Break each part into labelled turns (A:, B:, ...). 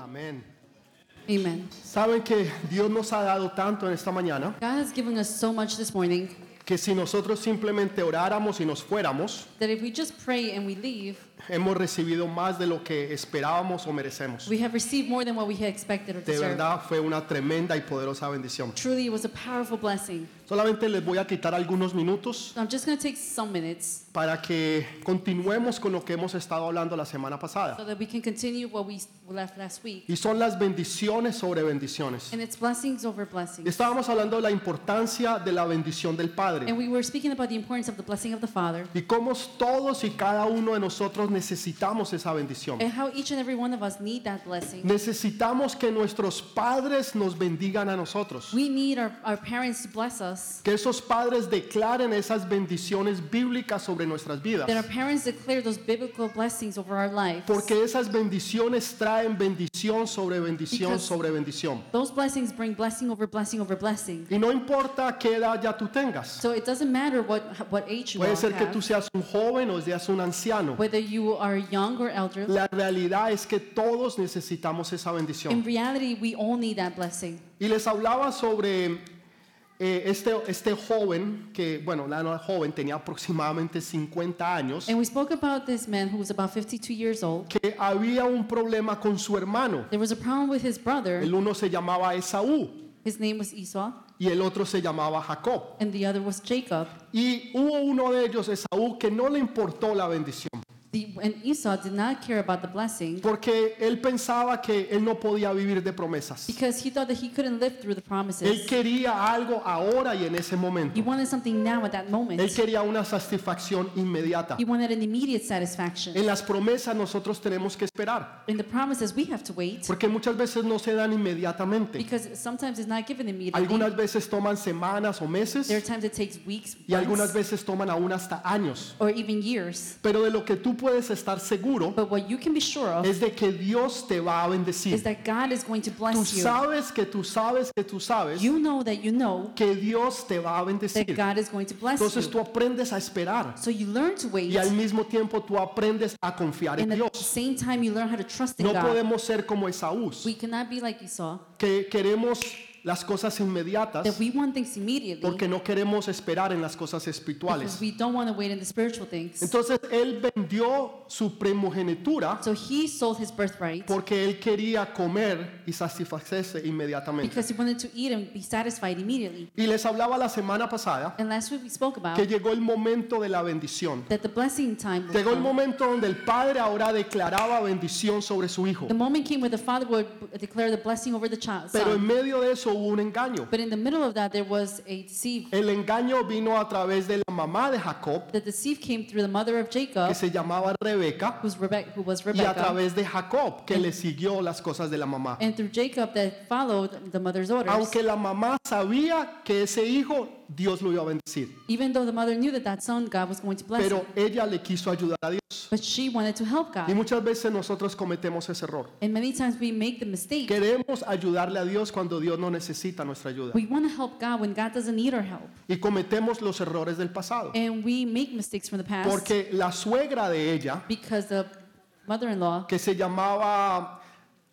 A: Amén.
B: Amen.
A: Saben que Dios nos ha dado tanto en esta mañana
B: God has given us so much this morning
A: que si nosotros simplemente oráramos y nos fuéramos,
B: that if we just pray and we leave,
A: hemos recibido más de lo que esperábamos o merecemos.
B: we have received more than what we had expected or
A: De
B: deserved.
A: verdad fue una tremenda y poderosa bendición.
B: Truly, it was a powerful blessing.
A: Solamente les voy a quitar algunos minutos
B: So I'm just going to take some minutes
A: para que continuemos con lo que hemos estado hablando la semana
B: so
A: pasada.
B: that we can continue what we left last week.
A: Y son las bendiciones sobre bendiciones.
B: And it's blessings over blessings.
A: Estábamos hablando de la importancia de la bendición del Padre
B: And we were speaking about the importance of the blessing of the Father
A: y cómo todos y cada uno de nosotros necesitamos esa bendición.
B: and how each and every one of us need that blessing.
A: Necesitamos que nuestros padres nos bendigan a nosotros.
B: We need our, our parents to bless us,
A: Que esos padres declaren esas bendiciones bíblicas sobre nuestras vidas.
B: that our parents declare those biblical blessings over our lives.
A: Porque esas bendiciones traen bendición sobre bendición
B: Because-
A: sobre bendición.
B: Those blessings bring blessing over blessing over blessing.
A: Y no importa qué edad ya tú tengas.
B: So it doesn't matter what, what age you all
A: Puede ser que tú
B: have,
A: seas un joven o seas un anciano.
B: whether you are young or elderly.
A: La realidad es que todos necesitamos esa
B: In
A: bendición.
B: reality, we all need that blessing.
A: Y les hablaba sobre eh, este, este joven, que bueno, no era joven, tenía aproximadamente 50 años.
B: And we spoke about this man who was about 52 years old.
A: que había un problema con su hermano.
B: There was a problem with his brother.
A: El uno se llamaba Esaú
B: His name was Esau,
A: y el otro se llamaba Jacob.
B: and the other was Jacob.
A: Y hubo uno de ellos, Esaú, que no le importó la bendición,
B: The, and Esau did not care about the blessing
A: porque él pensaba que él no podía vivir de promesas.
B: because he thought that he couldn't live through the
A: Él
B: promises.
A: quería algo ahora y en ese
B: He
A: momento.
B: wanted something now at that
A: Él
B: moment.
A: quería una satisfacción inmediata.
B: He wanted an immediate satisfaction.
A: En las promesas nosotros tenemos que esperar,
B: In the promises, we have to wait
A: porque muchas veces no se dan inmediatamente.
B: because sometimes it's not given immediately.
A: Algunas veces toman semanas o
B: There are
A: meses
B: times it takes weeks,
A: y algunas
B: months,
A: veces toman aún hasta años.
B: or even years.
A: Pero de lo que tú puedes estar seguro
B: But what you can be sure of
A: es de que Dios te va a
B: is
A: bendecir.
B: that God is going to
A: Tú
B: bless you.
A: sabes que tú sabes que tú sabes
B: You know that you know
A: que Dios te va a
B: that
A: bendecir.
B: God is going to bless
A: Entonces tú
B: you.
A: aprendes a esperar
B: So you learn to wait,
A: y al mismo tiempo tú aprendes a confiar en
B: and at the
A: Dios.
B: same time, you learn how to trust in
A: No
B: God.
A: podemos ser como Esaú,
B: We cannot be like Esau,
A: que queremos las cosas
B: that
A: inmediatas
B: we want things immediately
A: porque no queremos esperar en las cosas
B: because
A: espirituales.
B: we don't want to wait in the spiritual things.
A: Entonces él vendió su primogenitura
B: So he sold his birthright
A: porque él quería comer y satisfacerse inmediatamente.
B: because he wanted to eat and be satisfied immediately.
A: Y les hablaba la semana pasada
B: And last week we spoke about
A: que llegó el momento de la bendición.
B: that the blessing time will
A: Llegó el
B: come.
A: momento donde el padre ahora declaraba bendición sobre su hijo.
B: The moment came where the father would declare the blessing over the child.
A: Pero en
B: son.
A: medio de eso hubo un engaño.
B: But in the middle of that, there was a deceive.
A: El engaño vino a través de la mamá de Jacob,
B: The deceive came through the mother of
A: que
B: Jacob,
A: se llamaba Rebeca,
B: who's Rebe- who was
A: y a
B: Rebecca,
A: través de Jacob, que le siguió las cosas de la mamá.
B: and through Jacob that followed the mother's orders.
A: Aunque la mamá sabía que ese hijo Dios lo iba a bendecir,
B: Even though the mother knew that that son God was going to bless
A: pero
B: him,
A: ella le quiso ayudar a Dios.
B: but she wanted to help
A: Y
B: God.
A: muchas veces nosotros cometemos ese error.
B: And many times we make the mistake.
A: Queremos ayudarle a Dios cuando Dios no necesita nuestra ayuda.
B: We want to help God when God doesn't need our help,
A: y cometemos los errores del pasado.
B: and we make mistakes from the past
A: Porque la suegra de ella,
B: because the mother-in-law,
A: que se llamaba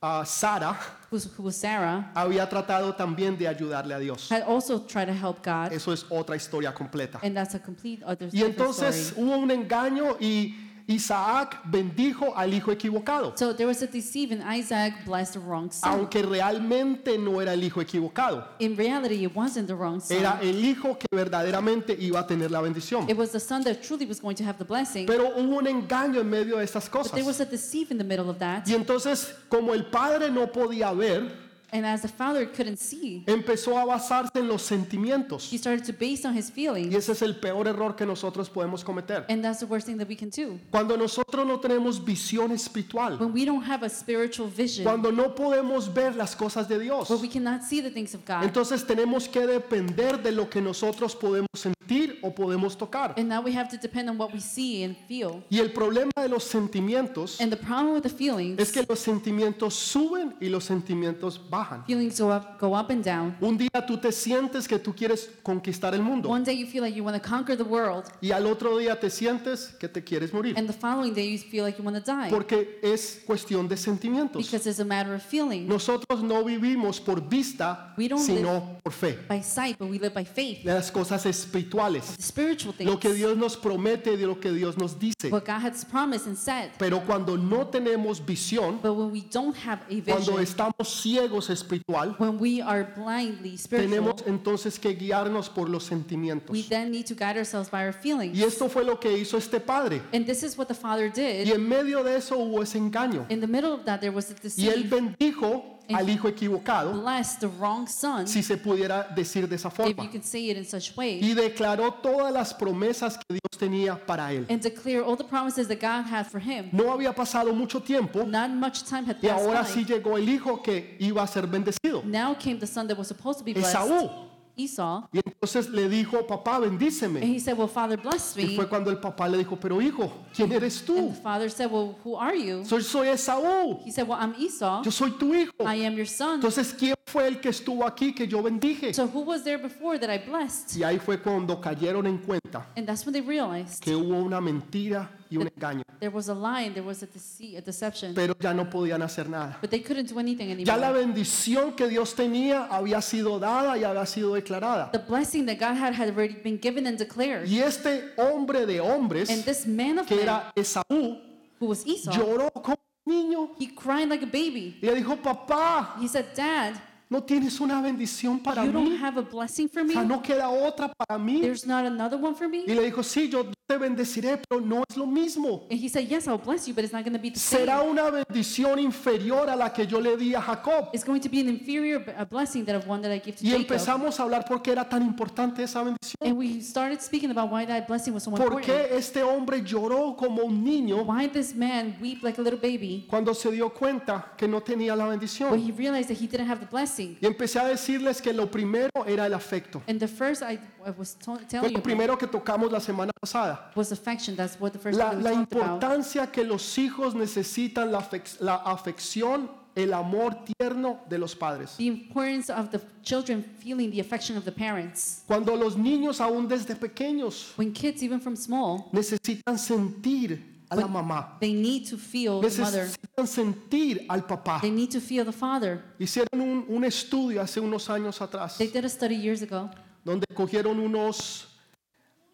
A: ah, Sara,
B: who's, who was Sarah,
A: había tratado también de ayudarle a Dios.
B: had also tried to help God.
A: Eso es otra historia completa.
B: And that's a complete other
A: Y
B: different
A: entonces
B: story.
A: hubo un engaño y Isaac bendijo al hijo equivocado,
B: So there was a deceive, and Isaac blessed the wrong son.
A: aunque realmente no era el hijo equivocado.
B: In reality, it wasn't the wrong son.
A: Era el hijo que verdaderamente iba a tener la bendición.
B: It was the son that truly was going to have the blessing.
A: Pero hubo un engaño en medio de estas
B: But there
A: cosas.
B: was a deceive in the middle of that.
A: Y entonces, como el padre no podía ver,
B: And as the father couldn't see,
A: empezó a basarse en los sentimientos.
B: he started to base on his
A: Y
B: feelings.
A: ese es el peor error que nosotros podemos cometer.
B: And that's the worst thing that we can do.
A: Cuando nosotros no tenemos visión espiritual,
B: When we don't have a spiritual vision,
A: cuando no podemos ver las cosas de Dios,
B: where we cannot see the things of God,
A: entonces tenemos que depender de lo que nosotros podemos sentir o podemos tocar.
B: and now we have to depend on what we see and feel.
A: Y el problema de los sentimientos
B: And the problem with the feelings
A: es que los sentimientos suben y los sentimientos bajan.
B: Feelings go up, go up and down.
A: Un día tú te sientes que tú quieres conquistar el mundo
B: One day you feel like you want to conquer the world,
A: y al otro día te sientes que te quieres morir.
B: and the following day you feel like you want to die
A: Porque es cuestión de sentimientos.
B: because it's a matter of feeling
A: Nosotros no vivimos por vista,
B: We don't
A: sino por fe.
B: by sight, but we live by faith,
A: Las cosas espirituales.
B: the spiritual
A: Lo que
B: things,
A: Dios nos promete, de lo que Dios nos dice.
B: what God has promised and said.
A: Pero cuando no tenemos visión,
B: But when we don't have a
A: cuando
B: vision,
A: estamos ciegos espiritual,
B: when we are blindly spiritual,
A: tenemos entonces que guiarnos por los sentimientos.
B: we then need to guide ourselves by our feelings.
A: Y esto fue lo que hizo este padre.
B: And this is what the father
A: Y
B: did.
A: en medio de eso hubo ese engaño.
B: In the middle of that, there was a
A: Y él
B: deceit.
A: bendijo al hijo equivocado,
B: Blessed the wrong son,
A: si se pudiera decir de esa
B: if you
A: forma.
B: can say it in such way,
A: Y declaró todas las promesas que Dios tenía para él.
B: and declare all the promises that God had for him.
A: No había pasado mucho tiempo
B: Not much time had
A: y
B: passed
A: ahora
B: by.
A: sí llegó el hijo que iba a ser bendecido.
B: Now came the son that was supposed to be blessed,
A: Esaú.
B: Esau,
A: Y entonces le dijo, papá,
B: and
A: bendíceme.
B: he said, "Well, Father, bless
A: Y
B: me."
A: fue cuando el papá le dijo, pero hijo, ¿quién eres
B: And
A: tú?
B: the father said, "Well, who are you?"
A: Soy, soy Esaú,
B: He said, "Well, I'm Esau.
A: yo soy tu hijo.
B: I am your son."
A: Entonces, ¿quién fue el que estuvo aquí que yo bendije?
B: So who was there before that I blessed?
A: Y ahí fue cuando cayeron en cuenta
B: And that's when they realized
A: que hubo una mentira y un engaño,
B: there was a lie and there was a deceit, a deception.
A: pero ya no podían hacer nada.
B: But they couldn't do anything
A: Ya la
B: anymore.
A: bendición que Dios tenía había sido dada y había sido declarada.
B: The blessing that God had had already been given and declared.
A: Y este hombre de
B: And
A: hombres,
B: this man of
A: que
B: men,
A: era Esaú,
B: who was Esau,
A: lloró como un niño
B: he cried like a baby.
A: y le dijo, papá,
B: He said, "Dad,
A: no tienes una bendición para
B: you don't
A: mí.
B: have a blessing for
A: O
B: me.
A: sea, no queda otra para mí.
B: There's not another one for
A: Y
B: me."
A: le dijo, sí, yo te bendeciré, pero no es lo mismo.
B: And he said, "Yes, I'll bless you, but it's not going to be the same."
A: Será una bendición inferior a la que yo le di a Jacob.
B: It's going to be an inferior b- a blessing that of one that I give to
A: Y
B: Jacob.
A: empezamos a hablar por qué era tan importante esa bendición.
B: And we started speaking about why that blessing was so
A: ¿Por
B: important.
A: qué este hombre lloró como un niño
B: Why this man weep like a little baby
A: cuando se dio cuenta que no tenía la
B: when
A: bendición?
B: he realized that he didn't have the blessing.
A: Y empecé a decirles que lo primero era el afecto.
B: And the first I, I was to-
A: Fue
B: telling you
A: lo
B: about
A: primero que tocamos la semana pasada.
B: was affection. That's what the first
A: La,
B: thing
A: la
B: that we talked about.
A: importancia que los hijos necesitan, la, afec- la afección, el amor tierno de los padres.
B: The importance of the children feeling the affection of the parents.
A: Cuando los niños aún desde pequeños
B: When kids, even from small,
A: necesitan sentir a la mamá,
B: they need to feel the mother.
A: necesitan sentir al papá.
B: They need to feel the father.
A: Hicieron un, un estudio hace unos años atrás
B: They did a study years ago
A: donde cogieron unos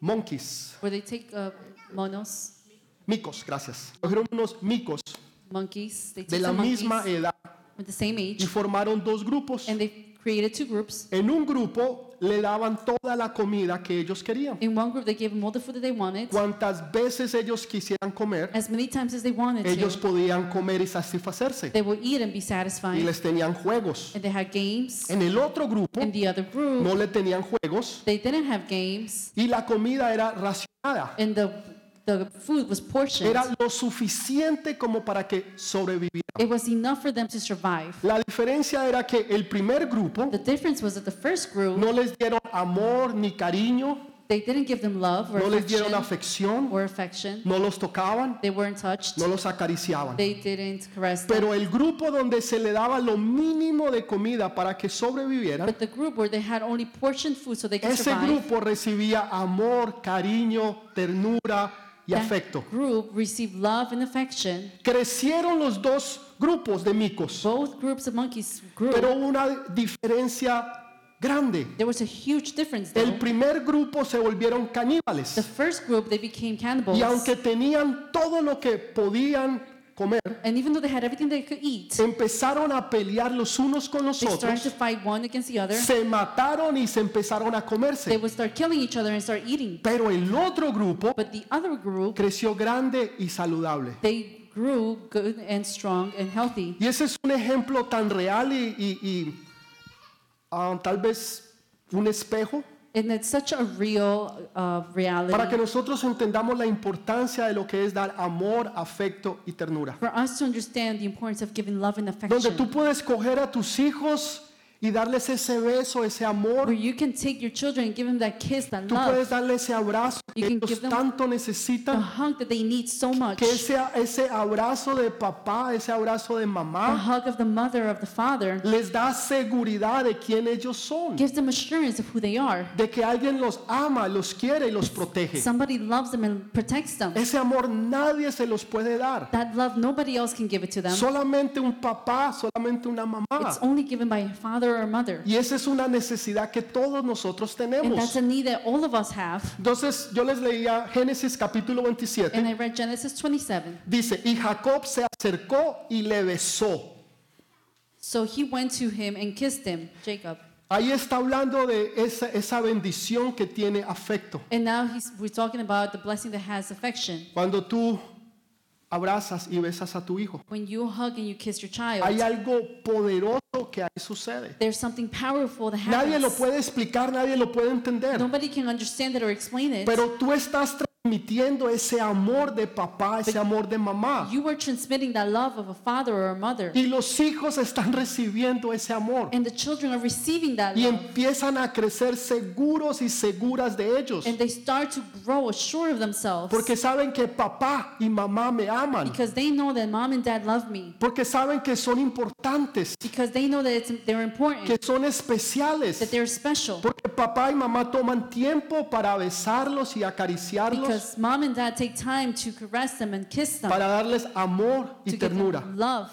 A: monkeys,
B: where they take uh, monos,
A: micos, gracias. Cogieron unos micos
B: monkeys. They
A: de
B: took
A: la
B: some monkeys
A: misma e- edad
B: with the same
A: y
B: age.
A: formaron dos grupos.
B: and they created two groups.
A: En un grupo le daban toda la comida que ellos querían,
B: In one group, they gave them all the food that they wanted,
A: cuantas veces ellos quisieran comer,
B: as many times as they wanted
A: ellos
B: to.
A: podían comer y satisfacerse.
B: They would eat and be
A: y
B: satisfied.
A: les tenían juegos.
B: And they had games.
A: En el otro grupo
B: In the other group,
A: no le tenían juegos
B: they didn't have games,
A: y la comida era racionada.
B: and the the food was portioned.
A: Era lo suficiente como para que sobrevivieran.
B: It was enough for them to survive.
A: La diferencia era que el primer grupo
B: The difference was that the first group,
A: no les dieron amor ni cariño,
B: they didn't give them love or
A: no les dieron
B: affection,
A: afección,
B: or affection.
A: no los tocaban,
B: They weren't touched.
A: no los acariciaban.
B: They didn't caress them.
A: Pero el grupo donde se le daba lo mínimo de comida para que sobrevivieran,
B: But the group where they had only portioned food so they could
A: ese
B: survive,
A: grupo recibía amor, cariño, ternura y
B: that
A: afecto.
B: group received love and affection.
A: Crecieron los dos grupos de micos,
B: both groups of monkeys grew.
A: pero hubo una diferencia grande.
B: there was a huge difference
A: El
B: though.
A: primer grupo se volvieron
B: The
A: caníbales
B: first group they became cannibals.
A: y aunque tenían todo lo que podían comer,
B: and even though they had everything they could eat,
A: empezaron a pelear los unos con los
B: they started to
A: otros,
B: fight one against the other.
A: se mataron y se empezaron a
B: They
A: comerse.
B: would start killing each other and start eating.
A: Pero el otro grupo
B: But the other group,
A: creció grande y saludable.
B: they grew good and strong and healthy.
A: Y ese es un ejemplo tan real y, y- y, ah, tal vez un espejo
B: And it's such a real uh,
A: para que
B: reality
A: nosotros entendamos la importancia de lo que es dar amor, afecto y ternura.
B: for us to understand the importance of giving love and
A: Donde
B: affection.
A: tú puedes coger a tus hijos y darles ese beso, ese
B: where
A: amor.
B: you can take your children and give them that kiss, that
A: Tú
B: love,
A: puedes darle ese abrazo que
B: You can
A: ellos
B: give them-
A: tanto
B: the
A: necesitan.
B: hug that they need so much,
A: Que ese, ese abrazo de papá, ese abrazo de
B: the
A: mamá,
B: hug of the mother, of the father,
A: les da seguridad de quién ellos son.
B: gives them assurance of who they are.
A: De que alguien los ama, los quiere y los protege.
B: Somebody loves them and protects them.
A: Ese amor nadie se los puede dar.
B: That love, nobody else can give it to them.
A: Solamente un papá, solamente una mamá.
B: It's only given by a father or a mother.
A: Y esa es una necesidad que todos nosotros
B: And
A: tenemos.
B: that's a need that all of us have.
A: Entonces yo les leía Génesis capítulo
B: And
A: 27.
B: I read Genesis 27.
A: Dice, y Jacob se acercó y le besó.
B: So he went to him and kissed him, Jacob.
A: Ahí está hablando de esa, esa bendición que tiene afecto.
B: And now he's, we're talking about the blessing that has affection.
A: Cuando tú abrazas y besas a tu hijo,
B: When you hug and you kiss your
A: hay
B: child,
A: algo poderoso que ahí sucede.
B: there's something powerful that
A: Nadie lo
B: happens.
A: puede explicar, nadie lo puede entender.
B: Nobody can understand it or explain it.
A: Pero tú estás transmitiendo ese amor de papá, ese amor de mamá.
B: You are transmitting that love of a father or a mother.
A: Y los hijos están recibiendo ese amor.
B: And the children are receiving that
A: Y
B: love.
A: empiezan a crecer seguros y seguras de ellos.
B: And they start to grow assured of themselves.
A: Porque saben que papá y mamá me aman.
B: Because they know that mom and dad love me.
A: Porque saben que son importantes,
B: Because they know that it's, they're important.
A: que son especiales.
B: that they're special
A: Porque papá y mamá toman tiempo para besarlos y acariciarlos,
B: because mom and dad take time to caress them and kiss them
A: para darles amor y
B: to give them
A: ternura. Eh,
B: love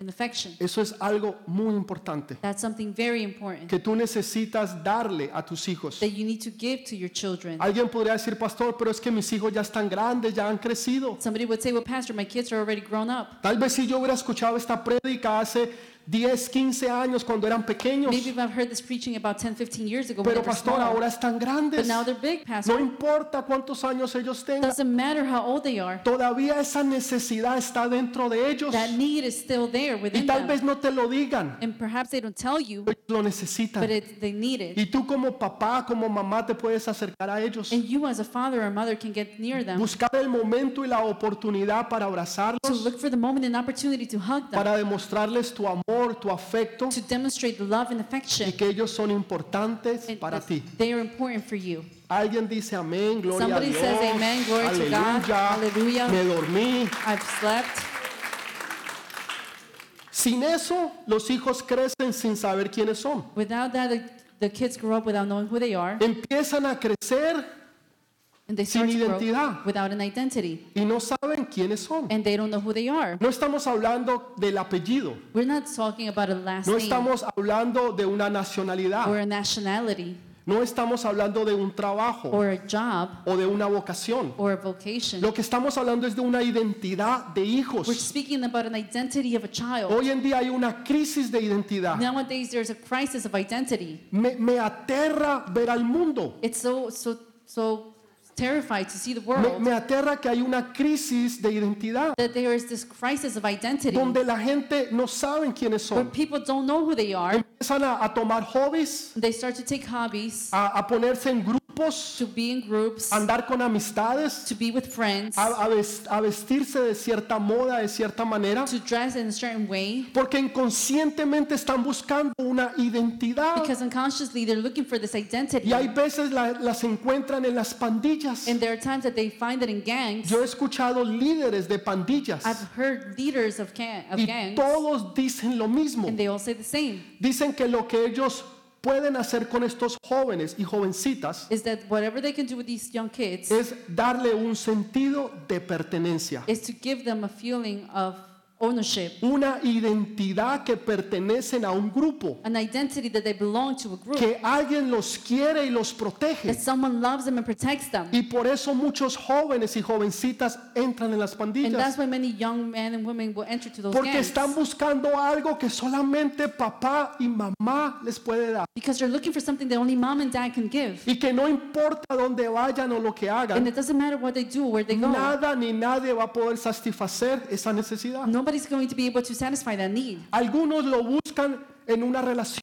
B: and affection.
A: Eso es algo muy importante
B: That's something very important
A: que tú necesitas darle a tus hijos.
B: that you need to give to your children.
A: Alguien podría decir, pastor, pero es que mis hijos ya están grandes, ya han crecido.
B: Somebody would say, "Well, pastor, my kids are already grown up.
A: Tal vez si yo hubiera escuchado esta prédica hace 10, 15 años cuando eran pequeños,
B: Maybe if I've heard this preaching about 10, 15 years ago, when
A: pero
B: they were
A: pastor,
B: small,
A: ahora están
B: but
A: grandes.
B: now they're big, pastor.
A: No importa cuántos años ellos tengan,
B: Doesn't matter how old they are.
A: todavía esa necesidad está dentro de ellos.
B: That need is still there
A: Y
B: within
A: tal
B: them,
A: vez no te lo digan,
B: and perhaps they don't tell you,
A: pero lo
B: but
A: necesitan.
B: it, they need it.
A: Y tú como papá, como mamá te puedes acercar a ellos,
B: And you, as a father or mother, can get near them
A: buscar el momento y la oportunidad para
B: to
A: abrazarlos,
B: look for the moment and opportunity to hug them.
A: para demostrarles tu amor, tu afecto
B: to demonstrate the love and
A: y
B: affection
A: que ellos son importantes
B: and
A: para
B: that
A: ti.
B: They are important for you.
A: Alguien dice amén, gloria a
B: Somebody
A: Dios,
B: says amen, glory to God,
A: aleluya,
B: hallelujah.
A: me dormí.
B: I've slept.
A: Sin eso, los hijos crecen sin saber quiénes son.
B: Without that, the, the kids grow up without knowing who they are,
A: Empiezan a crecer
B: and they
A: sin
B: start to grow
A: identidad.
B: without an identity,
A: y no saben quiénes son.
B: and they don't know who they are.
A: No estamos hablando del apellido,
B: We're not talking about a last
A: no
B: name
A: estamos hablando de una
B: or
A: nacionalidad,
B: a nationality
A: no estamos hablando de un trabajo
B: or a job
A: o de una vocación.
B: or a vocation.
A: Lo que estamos hablando es de una identidad de
B: We're
A: hijos.
B: speaking about an identity of a child.
A: Hoy en día hay una crisis de identidad.
B: Nowadays, there's a crisis of identity.
A: Me, me aterra ver al mundo.
B: It's so so so terrified to see the
A: Me,
B: world
A: me aterra que hay una crisis de identidad
B: that there is this crisis of identity.
A: donde la gente no sabe quiénes
B: where
A: son.
B: people don't know who they are.
A: Empiezan a, a tomar hobbies,
B: They start to take hobbies,
A: a- a ponerse en grupos,
B: to be in groups,
A: a andar con amistades.
B: to be with friends,
A: a, a ves- a vestirse de cierta moda, de cierta manera,
B: to dress in a certain way,
A: porque inconscientemente están buscando una identidad
B: because unconsciously they're looking for this identity.
A: y hay veces la- las encuentran en las pandillas.
B: And there are times that they find it in gangs.
A: Yo he escuchado líderes de
B: I've
A: pandillas
B: heard leaders of, gang, of
A: y
B: gangs,
A: todos dicen lo mismo.
B: and they all say the same:
A: Dicen que lo que ellos pueden hacer con estos jóvenes y jovencitas
B: is that whatever they can do with these young kids
A: es darle un sentido de pertenencia,
B: is to give them a feeling of ownership,
A: una identidad que pertenecen a un grupo,
B: an identity that they belong to a group,
A: que alguien los quiere y los protege.
B: that someone loves them and protects them.
A: Y por eso muchos jóvenes y jovencitas entran en las
B: And that's
A: pandillas.
B: why many young men and women will enter to those
A: Porque
B: gangs.
A: están buscando algo que solamente papá y mamá les puede dar.
B: Because they're looking for something that only mom and dad can give.
A: Y que no importa dónde vayan o lo que
B: And
A: hagan,
B: it doesn't matter what they do or where they go.
A: nada ni nadie va a poder satisfacer esa necesidad.
B: Nobody's going to be able to satisfy that need.
A: Algunos lo buscan en una relación.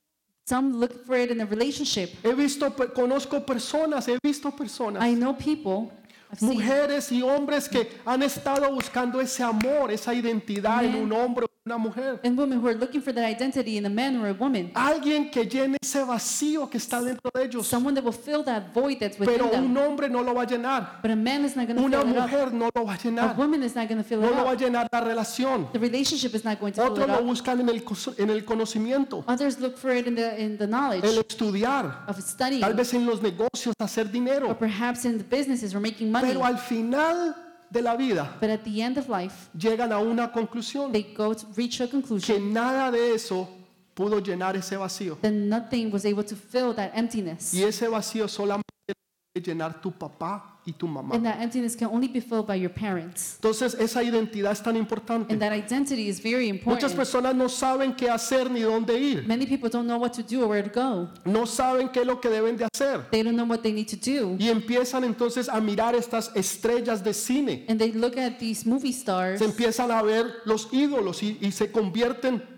B: Some look for it in a relationship.
A: He visto, pe- conozco personas, he visto personas,
B: I know people, I've seen
A: mujeres y hombres que han estado buscando ese amor, esa identidad en
B: Men.
A: un hombre o una mujer.
B: and women who are looking for that identity in a man or a
A: Ah,
B: woman.
A: Alguien que llene ese vacío que está dentro de ellos.
B: Someone that will fill that void that's
A: Pero
B: within
A: un
B: them.
A: hombre no lo va a llenar.
B: But a man is not going to
A: Una
B: fill it up.
A: mujer no lo va a
B: A
A: llenar.
B: woman is not going to fill
A: No
B: it
A: lo va a
B: up.
A: llenar la relación.
B: The relationship is not going to fill
A: Otros
B: it
A: lo
B: up.
A: buscan en el, cos- en el conocimiento,
B: Others look for it in the in the
A: el
B: knowledge
A: estudiar,
B: of
A: tal
B: studying,
A: vez en los negocios, hacer
B: or
A: dinero.
B: perhaps in the businesses or making money.
A: Pero al final de la vida
B: But at the end of life,
A: llegan a una conclusión,
B: they go to reach a conclusion
A: que nada de eso pudo llenar ese vacío.
B: that nothing was able to fill that emptiness.
A: Y ese vacío solamente lo puede llenar tu papá y tu mamá.
B: And that emptiness can only be filled by your parents.
A: Entonces esa identidad es tan importante.
B: And that identity is very
A: Muchas
B: important.
A: personas no saben qué hacer ni dónde ir.
B: Many people don't know what to do or where to go.
A: No saben qué es lo que deben de hacer.
B: They don't know what they need to do.
A: Y empiezan entonces a mirar estas estrellas de cine.
B: And they look at these movie stars
A: Se empiezan a ver los ídolos y, y se convierten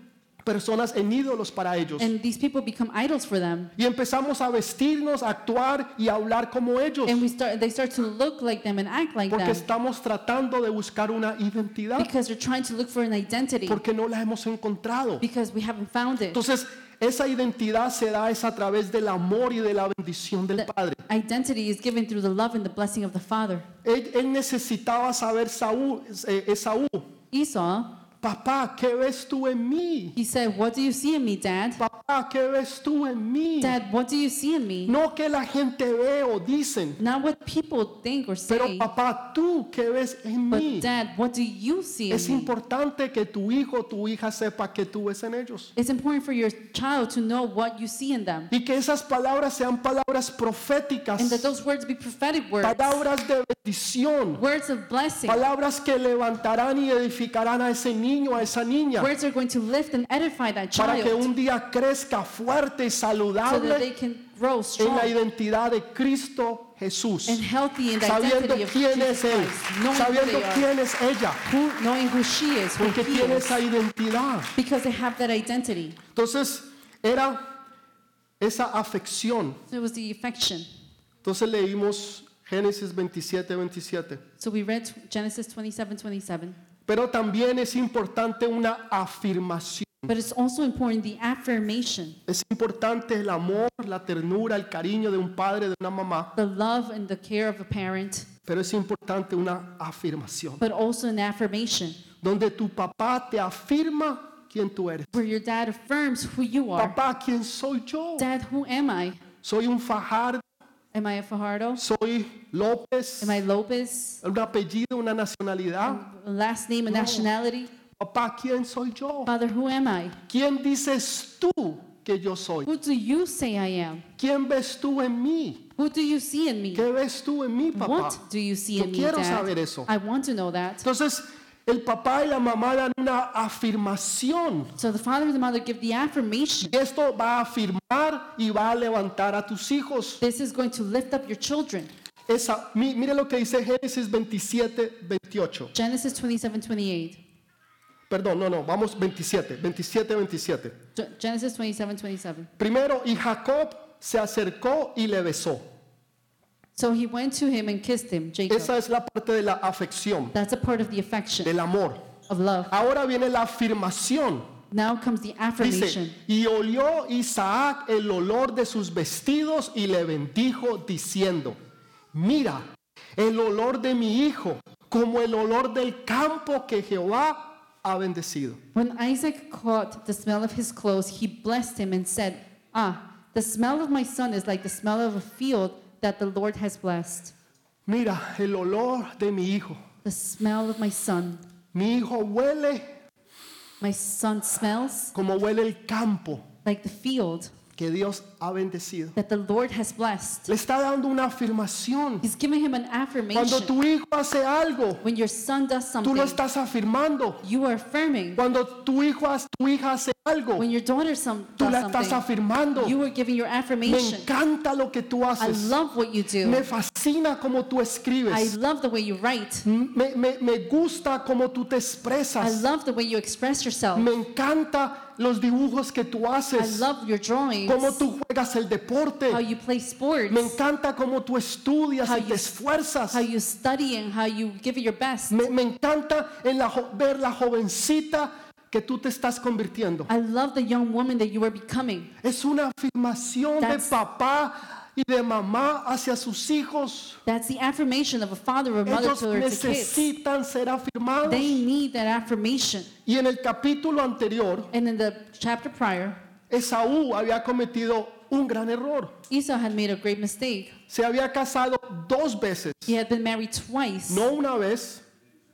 A: personas en ídolos para ellos.
B: and these people become idols for them.
A: Y empezamos a vestirnos, a actuar y a hablar como ellos.
B: And we start they start to look like them and act like
A: Porque
B: them
A: estamos tratando de buscar una identidad.
B: because they're trying to look for an identity
A: Porque no la hemos encontrado.
B: because we haven't found it.
A: Entonces, esa identidad se da es a través del amor y de la bendición del Padre.
B: Identity is given through the love and the blessing of the Father.
A: Él, él necesitaba saber, Saúl, eh, Esaú,
B: Esau,
A: papá, ¿qué ves tú en mí?
B: he said, "What do you see in me, Dad?
A: Papá, ¿qué ves tú en mí?
B: Dad, what do you see in me?
A: No que la gente ve o dicen,
B: Not what people think or
A: pero
B: say,
A: papá, tú, ¿qué ves en mí?
B: but Dad, what do you see in
A: Mm. Es
B: me?"
A: importante que tu hijo o tu hija sepa que tú ves en ellos.
B: It's important for your child to know what you see in them.
A: Y que esas palabras sean palabras
B: And that
A: proféticas,
B: those words be prophetic words.
A: palabras de bendición,
B: Words of blessing.
A: Palabras que levantarán y edificarán a ese niño, a esa niña,
B: Words are going to lift and edify that
A: para que
B: child
A: un día crezca fuerte y
B: so that
A: saludable
B: they can grow
A: en
B: strong
A: la identidad de Cristo Jesús,
B: and healthy in the
A: sabiendo
B: identity of
A: quién es
B: Jesus
A: Él,
B: Christ, knowing
A: sabiendo
B: who they are,
A: quién es ella,
B: who, knowing who she is, who
A: porque
B: he
A: tiene
B: is,
A: esa identidad.
B: because they have that identity.
A: Entonces, era esa afección.
B: So it was the affection.
A: Entonces leímos Génesis 27, 27.
B: So we read Genesis 27, 27.
A: Pero también es importante una afirmación.
B: But it's also important the affirmation,
A: Es importante el amor, la ternura, el cariño de un padre, de una mamá,
B: the love and the care of a parent,
A: pero es importante una afirmación,
B: but also an affirmation
A: donde tu papá te afirma quién tú eres.
B: where your dad affirms who you are.
A: Papá, ¿quién soy yo?
B: Dad, who am I?
A: Soy un Fajardo,
B: Am I a Fajardo?
A: soy López,
B: Am I Lopez?
A: un apellido, una nacionalidad.
B: Last name and nationality?
A: Papá, ¿quién soy yo?
B: Father, who am I?
A: ¿Quién dices tú que yo soy?
B: Who do you say I am?
A: ¿Quién ves tú en mí?
B: Who do you see in me?
A: ¿Qué ves tú en mí, papá?
B: What do you see
A: Yo
B: in me,
A: quiero
B: Dad?
A: saber eso.
B: I want to know that.
A: Entonces, el papá y la mamá dan una afirmación
B: So the father and the mother give the affirmation.
A: Y esto va a afirmar y va a levantar a tus hijos.
B: This is going to lift up your children.
A: Esa, mi- mire lo que dice Génesis 27, 28.
B: Genesis 27, 28.
A: Perdón, no, no, vamos 27, 27, 27.
B: Ge- Genesis 27, 27.
A: Primero, y Jacob se acercó y le besó.
B: So he went to him and kissed him, Jacob.
A: Esa es la parte de la afección,
B: That's a part of the affection,
A: del amor.
B: of love.
A: Ahora viene la afirmación.
B: Now comes the affirmation.
A: Dice, y olió Isaac el olor de sus vestidos y le bendijo diciendo, mira, el olor de mi hijo, como el olor del campo que Jehová ha bendecido.
B: When Isaac caught the smell of his clothes, he blessed him and said, Ah, the smell of my son is like the smell of a field that the Lord has blessed.
A: Mira, el olor de mi hijo.
B: The smell of my son.
A: Mi hijo huele
B: My son smells
A: como huele el campo
B: like the field
A: que Dios ha bendecido.
B: that the Lord has blessed.
A: Le está dando una afirmación.
B: He's giving him an
A: Cuando
B: affirmation.
A: tu hijo hace algo,
B: When your son does
A: tú lo
B: something,
A: estás afirmando.
B: you are affirming.
A: Cuando tu hijo, hace- tu hija hace algo,
B: When your daughter some,
A: tú la
B: does
A: estás
B: something,
A: afirmando.
B: you are giving your
A: Me
B: affirmation.
A: encanta lo que tú
B: I
A: haces.
B: love what you
A: Me
B: do.
A: fascina cómo tú
B: I
A: escribes.
B: love the way you write.
A: Me, me- me gusta cómo tú te
B: I
A: expresas.
B: love the way you express yourself.
A: Me encanta los dibujos que tú
B: I
A: haces.
B: love your drawings.
A: Cómo tú juegas el
B: how
A: deporte.
B: you play sports,
A: Me encanta cómo tú estudias
B: How
A: y
B: you-
A: te esfuerzas.
B: how you study and how you give it your best.
A: Me, me encanta en la jo- ver la jovencita que tú te estás convirtiendo.
B: I love the young woman that you are becoming.
A: Es una afirmación de
B: That's-
A: papá y de mamá hacia sus hijos.
B: That's the affirmation of a father or mother
A: Ellos
B: to their kids.
A: necesitan ser afirmados.
B: They need that affirmation.
A: Y en el capítulo anterior,
B: And in the chapter prior,
A: Esaú había cometido un gran error.
B: Esau had made a great mistake.
A: Se había casado dos veces,
B: He had been married twice,
A: no una vez,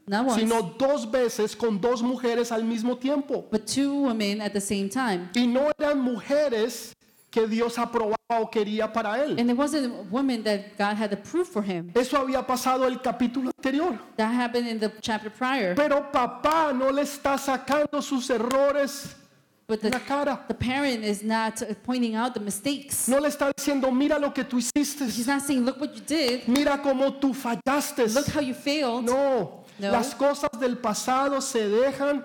B: not once,
A: sino dos veces con dos mujeres al mismo tiempo.
B: but two women at the same time.
A: Y no eran mujeres que Dios aprobaba o quería para él.
B: And it wasn't a woman that God had approved for him.
A: Eso había pasado el capítulo anterior.
B: That happened in the chapter prior.
A: Pero papá no le está sacando sus errores
B: But
A: en
B: the,
A: la cara.
B: the parent is not pointing out the mistakes.
A: No le está diciendo, mira lo que tú hiciste.
B: He's not saying, look what you did.
A: Mira cómo tú fallaste.
B: Look how you failed.
A: No,
B: No.
A: las cosas del pasado se dejan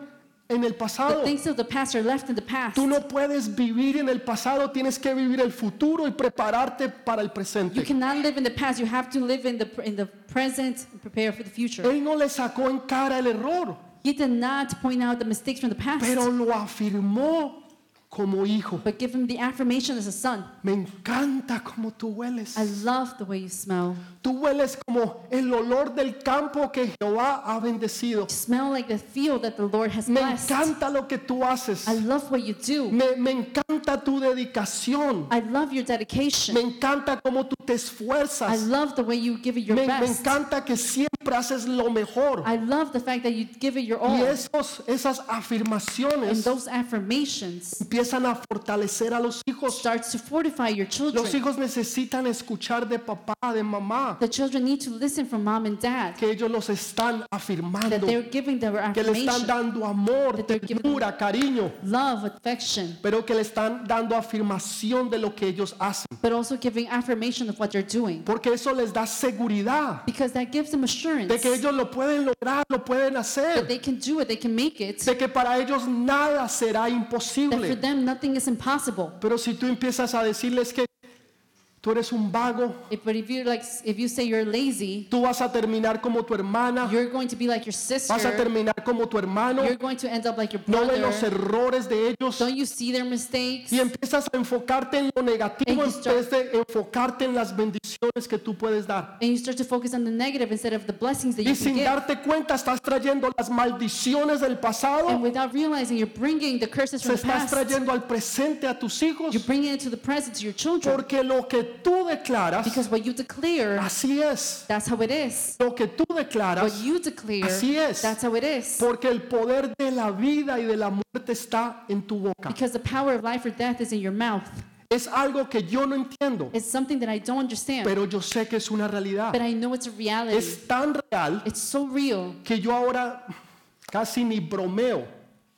A: en el
B: The
A: pasado.
B: things of the past are left in the past.
A: Tú no puedes vivir en el pasado, tienes que vivir el futuro y prepararte para el
B: You
A: presente.
B: cannot live in the past. You have to live in the in the present and prepare for the future.
A: Él no le sacó en cara el error,
B: He did not point out the mistakes from the past,
A: pero lo afirmó como hijo.
B: but give him the affirmation as a son.
A: Me encanta cómo tú hueles.
B: I love the way you smell.
A: Tú hueles como el olor del campo que Jehová ha bendecido.
B: You smell like the field that the Lord has
A: Me
B: blessed.
A: encanta lo que tú haces.
B: I love what you do.
A: Me, me encanta tu dedicación.
B: I love your dedication.
A: Me encanta cómo tú te
B: I
A: esfuerzas.
B: love the way you give it your
A: Me, me
B: best.
A: encanta que siempre haces lo mejor.
B: I love the fact that you give it your
A: Y
B: all.
A: esos, esas
B: And
A: afirmaciones
B: those affirmations
A: empiezan a fortalecer a los hijos.
B: starts to fortify your
A: Los
B: children.
A: hijos necesitan escuchar de papá, de mamá,
B: The children need to listen from mom and dad
A: que ellos los están
B: that
A: afirmando,
B: they're giving their
A: que le están
B: affirmation.
A: dando amor,
B: that they're giving-
A: ternura, cariño,
B: love, affection,
A: pero que le están dando afirmación de lo que ellos hacen,
B: but also giving affirmation of what they're doing.
A: porque eso les da seguridad
B: Because that gives them assurance
A: de que ellos lo pueden lograr, lo pueden
B: that
A: hacer,
B: they can do it, they can make it,
A: de que para ellos nada será
B: that for
A: imposible.
B: them nothing is impossible.
A: Pero si tú empiezas a decirles que tú eres un vago,
B: If, but if you like, if you say you're lazy,
A: tú vas a terminar como tu hermana,
B: you're going to be like your sister.
A: vas a terminar como tu hermano,
B: You're going to end up like your
A: no ves los
B: brother.
A: errores de ellos
B: Don't you see their mistakes?
A: y empiezas a enfocarte en lo negativo
B: And
A: en
B: you start-
A: vez de enfocarte en las bendiciones que tú puedes dar.
B: And you start to focus on the negative instead of the blessings that
A: Y
B: you can
A: sin
B: give.
A: darte cuenta estás trayendo las maldiciones del
B: And
A: pasado,
B: without realizing, you're bringing the curses
A: se
B: from the
A: estás
B: past.
A: trayendo al presente a tus hijos,
B: You're bringing it to the present, to your children.
A: porque lo que tú declaras,
B: Because what you declare,
A: así es.
B: that's how it is.
A: Lo que tú declaras,
B: What you declare,
A: Así es.
B: that's how it is.
A: Porque el poder de la vida y de la muerte está en tu boca.
B: Because the power of life or death is in your mouth.
A: Es algo que yo no entiendo,
B: It's something that I don't understand,
A: pero yo sé que es una realidad.
B: but I know it's a reality.
A: Es tan real
B: It's so real.
A: que yo ahora casi ni bromeo,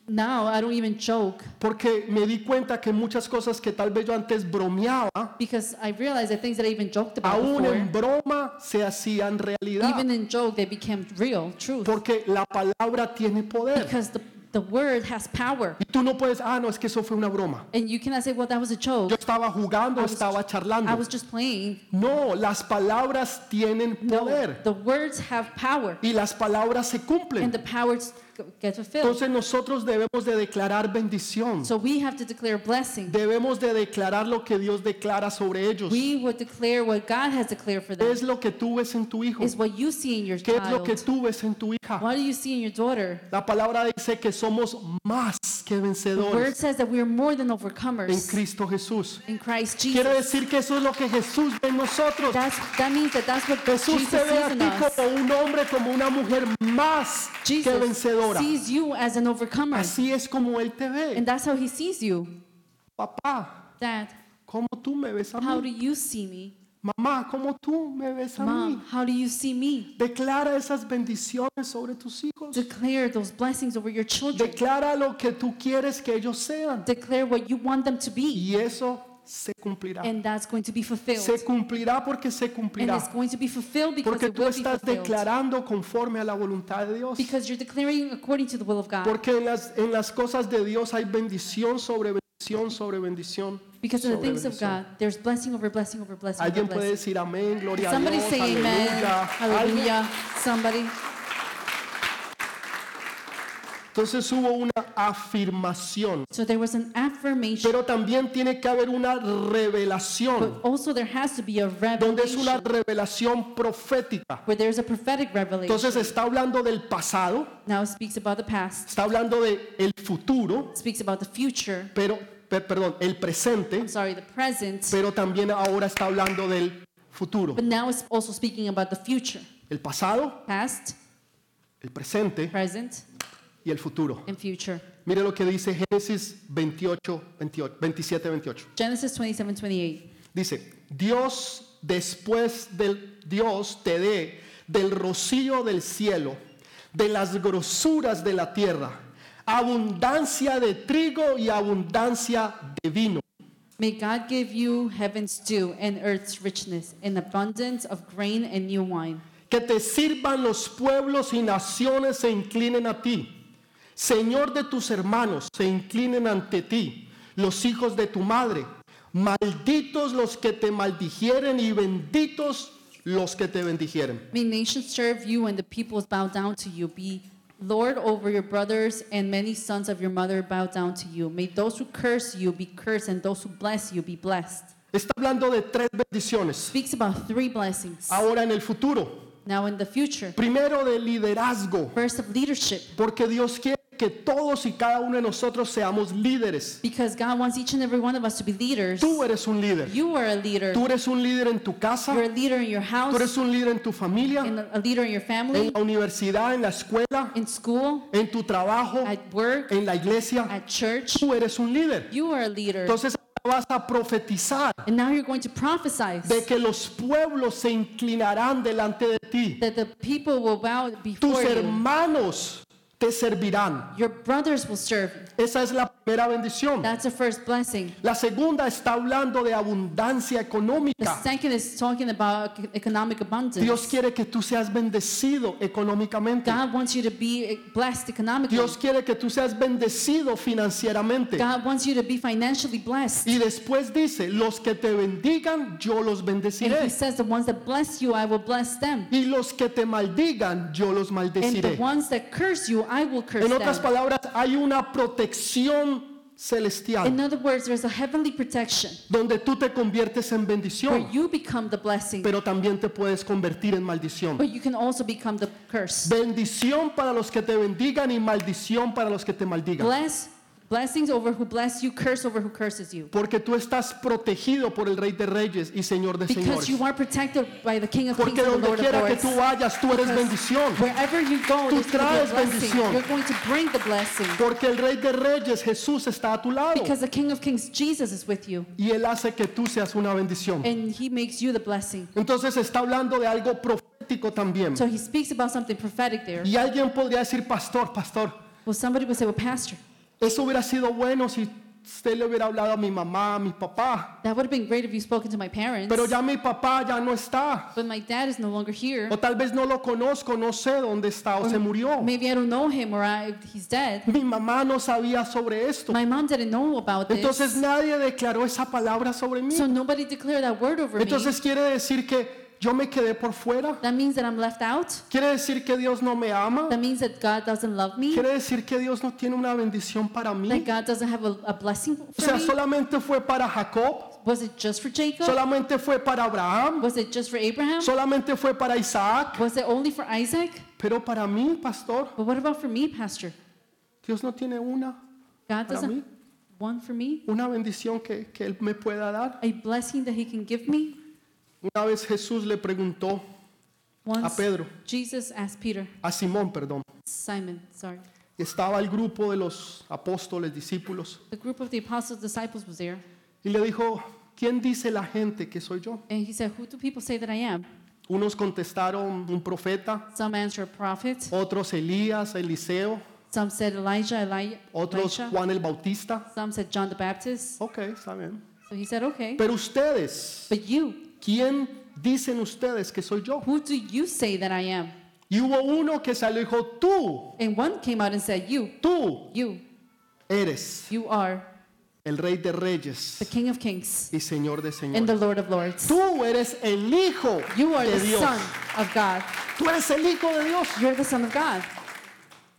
B: Now I don't even joke
A: porque me di cuenta que muchas cosas que tal vez yo antes bromeaba,
B: because I realize that things that I even joked about
A: aún en
B: before,
A: broma se hacían realidad,
B: even in joke, they became real, truth.
A: porque la palabra tiene poder.
B: Because the, the word has power.
A: Y tú no puedes, ah, no, es que eso fue una broma.
B: And you cannot say, well, that was a
A: Yo
B: joke.
A: estaba jugando, estaba
B: I
A: charlando.
B: was just playing.
A: No, las palabras tienen
B: No,
A: poder.
B: the words have power,
A: y las palabras se
B: and
A: cumplen.
B: the powers get fulfilled.
A: Entonces nosotros debemos de declarar bendición.
B: So we have to declare blessing.
A: Debemos de declarar lo que Dios declara sobre ellos.
B: We would declare what God has declared for
A: ¿Qué
B: them.
A: es lo que tú ves en tu hijo?
B: Is what you see in your
A: ¿Qué es lo que
B: child.
A: tú ves en tu hija?
B: What do you see in your daughter?
A: La palabra dice que somos más que
B: The word
A: vencedores
B: says that we are more than
A: en
B: overcomers
A: Cristo Jesús.
B: in Christ
A: Quiere
B: Jesus.
A: decir que eso es lo que Jesús ve en nosotros.
B: That's, that means that that's what
A: Jesús
B: Jesus
A: te ve
B: sees
A: a
B: in
A: ti
B: us.
A: como un hombre, como una mujer más que
B: Jesus
A: vencedora.
B: sees you as an overcomer,
A: Así es como Él te ve.
B: and that's how He sees you.
A: Papá,
B: Dad,
A: ¿cómo tú me ves a
B: how
A: mí?
B: do you see me?
A: Mamá, ¿cómo tú me ves a mí?
B: Mom, how do you see me?
A: Declara esas bendiciones sobre tus hijos.
B: Declare those blessings over your children.
A: Declara lo que tú quieres que ellos sean.
B: Declare what you want them to be,
A: Y eso se cumplirá.
B: and that's going to be fulfilled.
A: Se cumplirá porque se
B: And it's
A: cumplirá.
B: going to be fulfilled because
A: Porque
B: it
A: tú
B: will be
A: estás
B: fulfilled.
A: declarando conforme a la voluntad de Dios.
B: Because you're declaring according to the will of God.
A: Porque en las, en las cosas de Dios hay bendición sobre bendición sobre bendición.
B: Because in the
A: sobre
B: things of
A: bendición.
B: God, there's blessing over blessing over blessing over
A: Alguien puede
B: blessing.
A: decir amén, gloria a
B: Somebody
A: Dios,
B: say amen.
A: aleluya. Alguien-
B: Hallelujah. Somebody.
A: Entonces hubo una afirmación,
B: So there was an affirmation,
A: pero también tiene que haber una revelación,
B: but also there has to be a
A: donde es una
B: revelation
A: revelación profética.
B: where there's a prophetic revelation.
A: Entonces está hablando del pasado,
B: Now it speaks about the past,
A: está hablando del futuro,
B: it speaks about the future,
A: pero pe- perdón, el presente,
B: I'm sorry, the present,
A: pero también ahora está hablando del futuro,
B: but now it's also speaking about the future.
A: el pasado,
B: Past,
A: el presente
B: present,
A: y el futuro.
B: and future.
A: Mire lo que dice Génesis 28, 28, 27, 28.
B: Genesis 27, 28.
A: Dice, Dios después del Dios te dé del rocío del cielo, de las grosuras de la tierra, abundancia de trigo y abundancia de vino.
B: May God give you heaven's dew and earth's richness, an abundance of grain and new wine.
A: Que te sirvan los pueblos y naciones se inclinen a ti. Señor de tus hermanos se inclinen ante ti, los hijos de tu madre. Malditos los que te maldijeren y benditos los que te bendijeren.
B: May nations serve you and the peoples bow down to you. Be Lord over your brothers, and many sons of your mother bow down to you. May those who curse you be cursed, and those who bless you be blessed.
A: Está hablando de tres bendiciones.
B: Speaks about three blessings.
A: Ahora en el futuro.
B: Now, in the future,
A: Primero de liderazgo,
B: first of leadership,
A: porque Dios quiere que todos y cada uno de nosotros seamos líderes.
B: because God wants each and every one of us to be leaders.
A: Tú eres un líder.
B: You are a leader.
A: Tú eres un líder en tu casa,
B: You're a leader in your
A: tú
B: house,
A: eres un líder en tu familia,
B: and a a leader in your
A: en
B: family,
A: la universidad, en la escuela,
B: in school,
A: en tu trabajo,
B: at work,
A: en la iglesia.
B: at church.
A: Tú eres un líder.
B: You are a leader.
A: Entonces vas a profetizar
B: And now you're going to prophesy
A: de que los pueblos se inclinarán delante de ti.
B: that the people will bow
A: Tus
B: before you.
A: hermanos te servirán.
B: Your brothers will serve you.
A: Esa es la primera bendición.
B: That's the first blessing.
A: La segunda está hablando de abundancia
B: The
A: económica.
B: second is talking about ec- economic
A: Dios
B: abundance.
A: quiere que tú seas bendecido económicamente.
B: God wants you to be eh, blessed economically.
A: Dios quiere que tú seas bendecido financieramente.
B: God wants you to be financially blessed.
A: Y después dice, los que te bendigan, yo los
B: And He
A: bendeciré.
B: says, The ones that bless you, I will bless them.
A: Y los que te maldigan, yo los
B: And the
A: maldeciré.
B: ones that curse you, I will curse
A: En otras
B: them.
A: palabras, hay una protección
B: In
A: celestial
B: other words, there's a heavenly protection
A: donde tú te conviertes en
B: where
A: bendición,
B: you become the blessing,
A: pero también te puedes convertir en maldición.
B: but you can also become the curse.
A: Bendición para los que te bendigan y maldición para los que te maldigan.
B: Bless, blessings over who bless you, curse over who curses you.
A: Porque tú estás protegido por el Rey de Reyes y Señor de
B: Because
A: Señores.
B: you are protected by the King of Kings
A: Porque
B: and the
A: donde
B: Lord of
A: quiera que
B: Lords.
A: tú vayas, tú eres
B: Because
A: bendición.
B: Wherever you go,
A: Tú
B: there's going to
A: traes
B: be a blessing.
A: bendición.
B: You're going to bring the blessing.
A: Porque el Rey de Reyes, Jesús, está a tu lado.
B: Because the King of Kings, Jesus, is with you.
A: Y Él hace que tú seas una bendición.
B: And he makes you the blessing.
A: Entonces está hablando de algo profético también.
B: So he speaks about something prophetic there.
A: Y alguien podría decir, pastor, pastor,
B: Well, somebody would say, well, pastor,
A: eso hubiera sido bueno si usted le hubiera hablado a mi mamá, a mi papá.
B: that would have been great if you spoken to my parents.
A: Pero ya mi papá ya no está.
B: But my dad is no longer here.
A: O tal vez no lo conozco, no sé dónde está o se murió.
B: Maybe I don't know him or I, he's dead.
A: Mi mamá no sabía sobre esto.
B: My mom didn't know about this.
A: Entonces nadie declaró esa palabra sobre mí.
B: So nobody declared that word over me.
A: Entonces quiere decir que yo me quedé por fuera.
B: That means that I'm left out.
A: Quiere decir que Dios no me ama.
B: That means that God doesn't love me.
A: Quiere decir que Dios no tiene una bendición para
B: That
A: mí.
B: God doesn't have a, a blessing
A: O
B: for
A: sea,
B: me.
A: solamente fue para Jacob,
B: Was it just for Jacob?
A: solamente fue para Abraham,
B: Was it just for Abraham?
A: solamente fue para Isaac.
B: Was it only for Isaac?
A: Pero para mí, pastor,
B: But what about for me, Pastor?
A: Dios no tiene una,
B: God
A: Para mí.
B: doesn't want for me
A: una bendición que, que Él me pueda dar.
B: a blessing that He can give me.
A: Una vez Jesús le preguntó a
B: Once
A: Pedro,
B: Jesus asked Peter,
A: a Simón, perdón,
B: Simon, sorry.
A: y estaba el grupo de los apóstoles, discípulos,
B: The group of the apostles' disciples was there,
A: y le dijo, ¿quién dice la gente que soy yo?
B: and he said, Who do people say that I am?
A: Unos contestaron un profeta,
B: Some answered a prophet,
A: otros Elías, Eliseo,
B: some said Elijah, Eli-
A: otros
B: Elisha,
A: Juan el Bautista.
B: some said John the Baptist.
A: Ok, está bien.
B: So he said, Okay,
A: Pero ustedes,
B: but you,
A: ¿quién dicen ustedes que soy yo?
B: who do you say that I am?
A: Y hubo uno que salió y dijo, tú,
B: And one came out and said, You,
A: tú
B: you,
A: eres
B: you are
A: el rey de
B: the
A: reyes
B: King of Kings
A: y señor de
B: and the
A: señores.
B: Lord of Lords.
A: Tú eres el hijo
B: You are
A: de
B: the
A: Dios.
B: Son of God.
A: Tú eres el hijo de Dios.
B: You're the Son of God.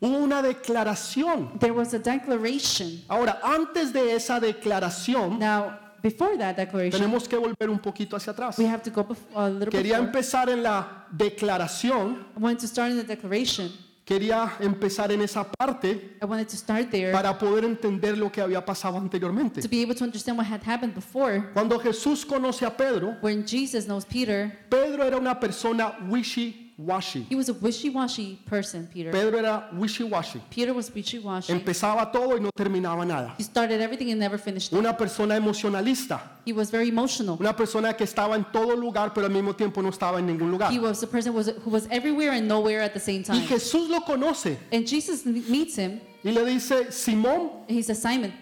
A: Hubo una declaración.
B: There was a declaration.
A: Ahora, antes de esa declaración,
B: Now, before that declaration,
A: tenemos que volver un poquito hacia atrás.
B: we have to go bef- a little bit.
A: Quería
B: I
A: empezar en la declaración,
B: wanted to start in the declaration.
A: quería empezar en esa parte
B: I wanted to start there
A: para poder entender lo que había pasado anteriormente.
B: to be able to understand what had happened before.
A: Cuando Jesús conoce a Pedro,
B: When Jesus knows Peter,
A: Pedro era una persona wishy-washy.
B: he was a wishy-washy person, Peter.
A: Pedro era wishy-washy.
B: Peter was wishy-washy.
A: Empezaba todo y no terminaba nada.
B: He started everything and never finished.
A: Una persona emocionalista,
B: He was very emotional.
A: una persona que estaba en todo lugar pero al mismo tiempo no estaba en ningún lugar.
B: He was a person was, who was everywhere and nowhere at the same
A: Y
B: time.
A: Jesús lo conoce
B: And Jesus m- meets him.
A: y le dice, Simón,
B: And he says, Simon,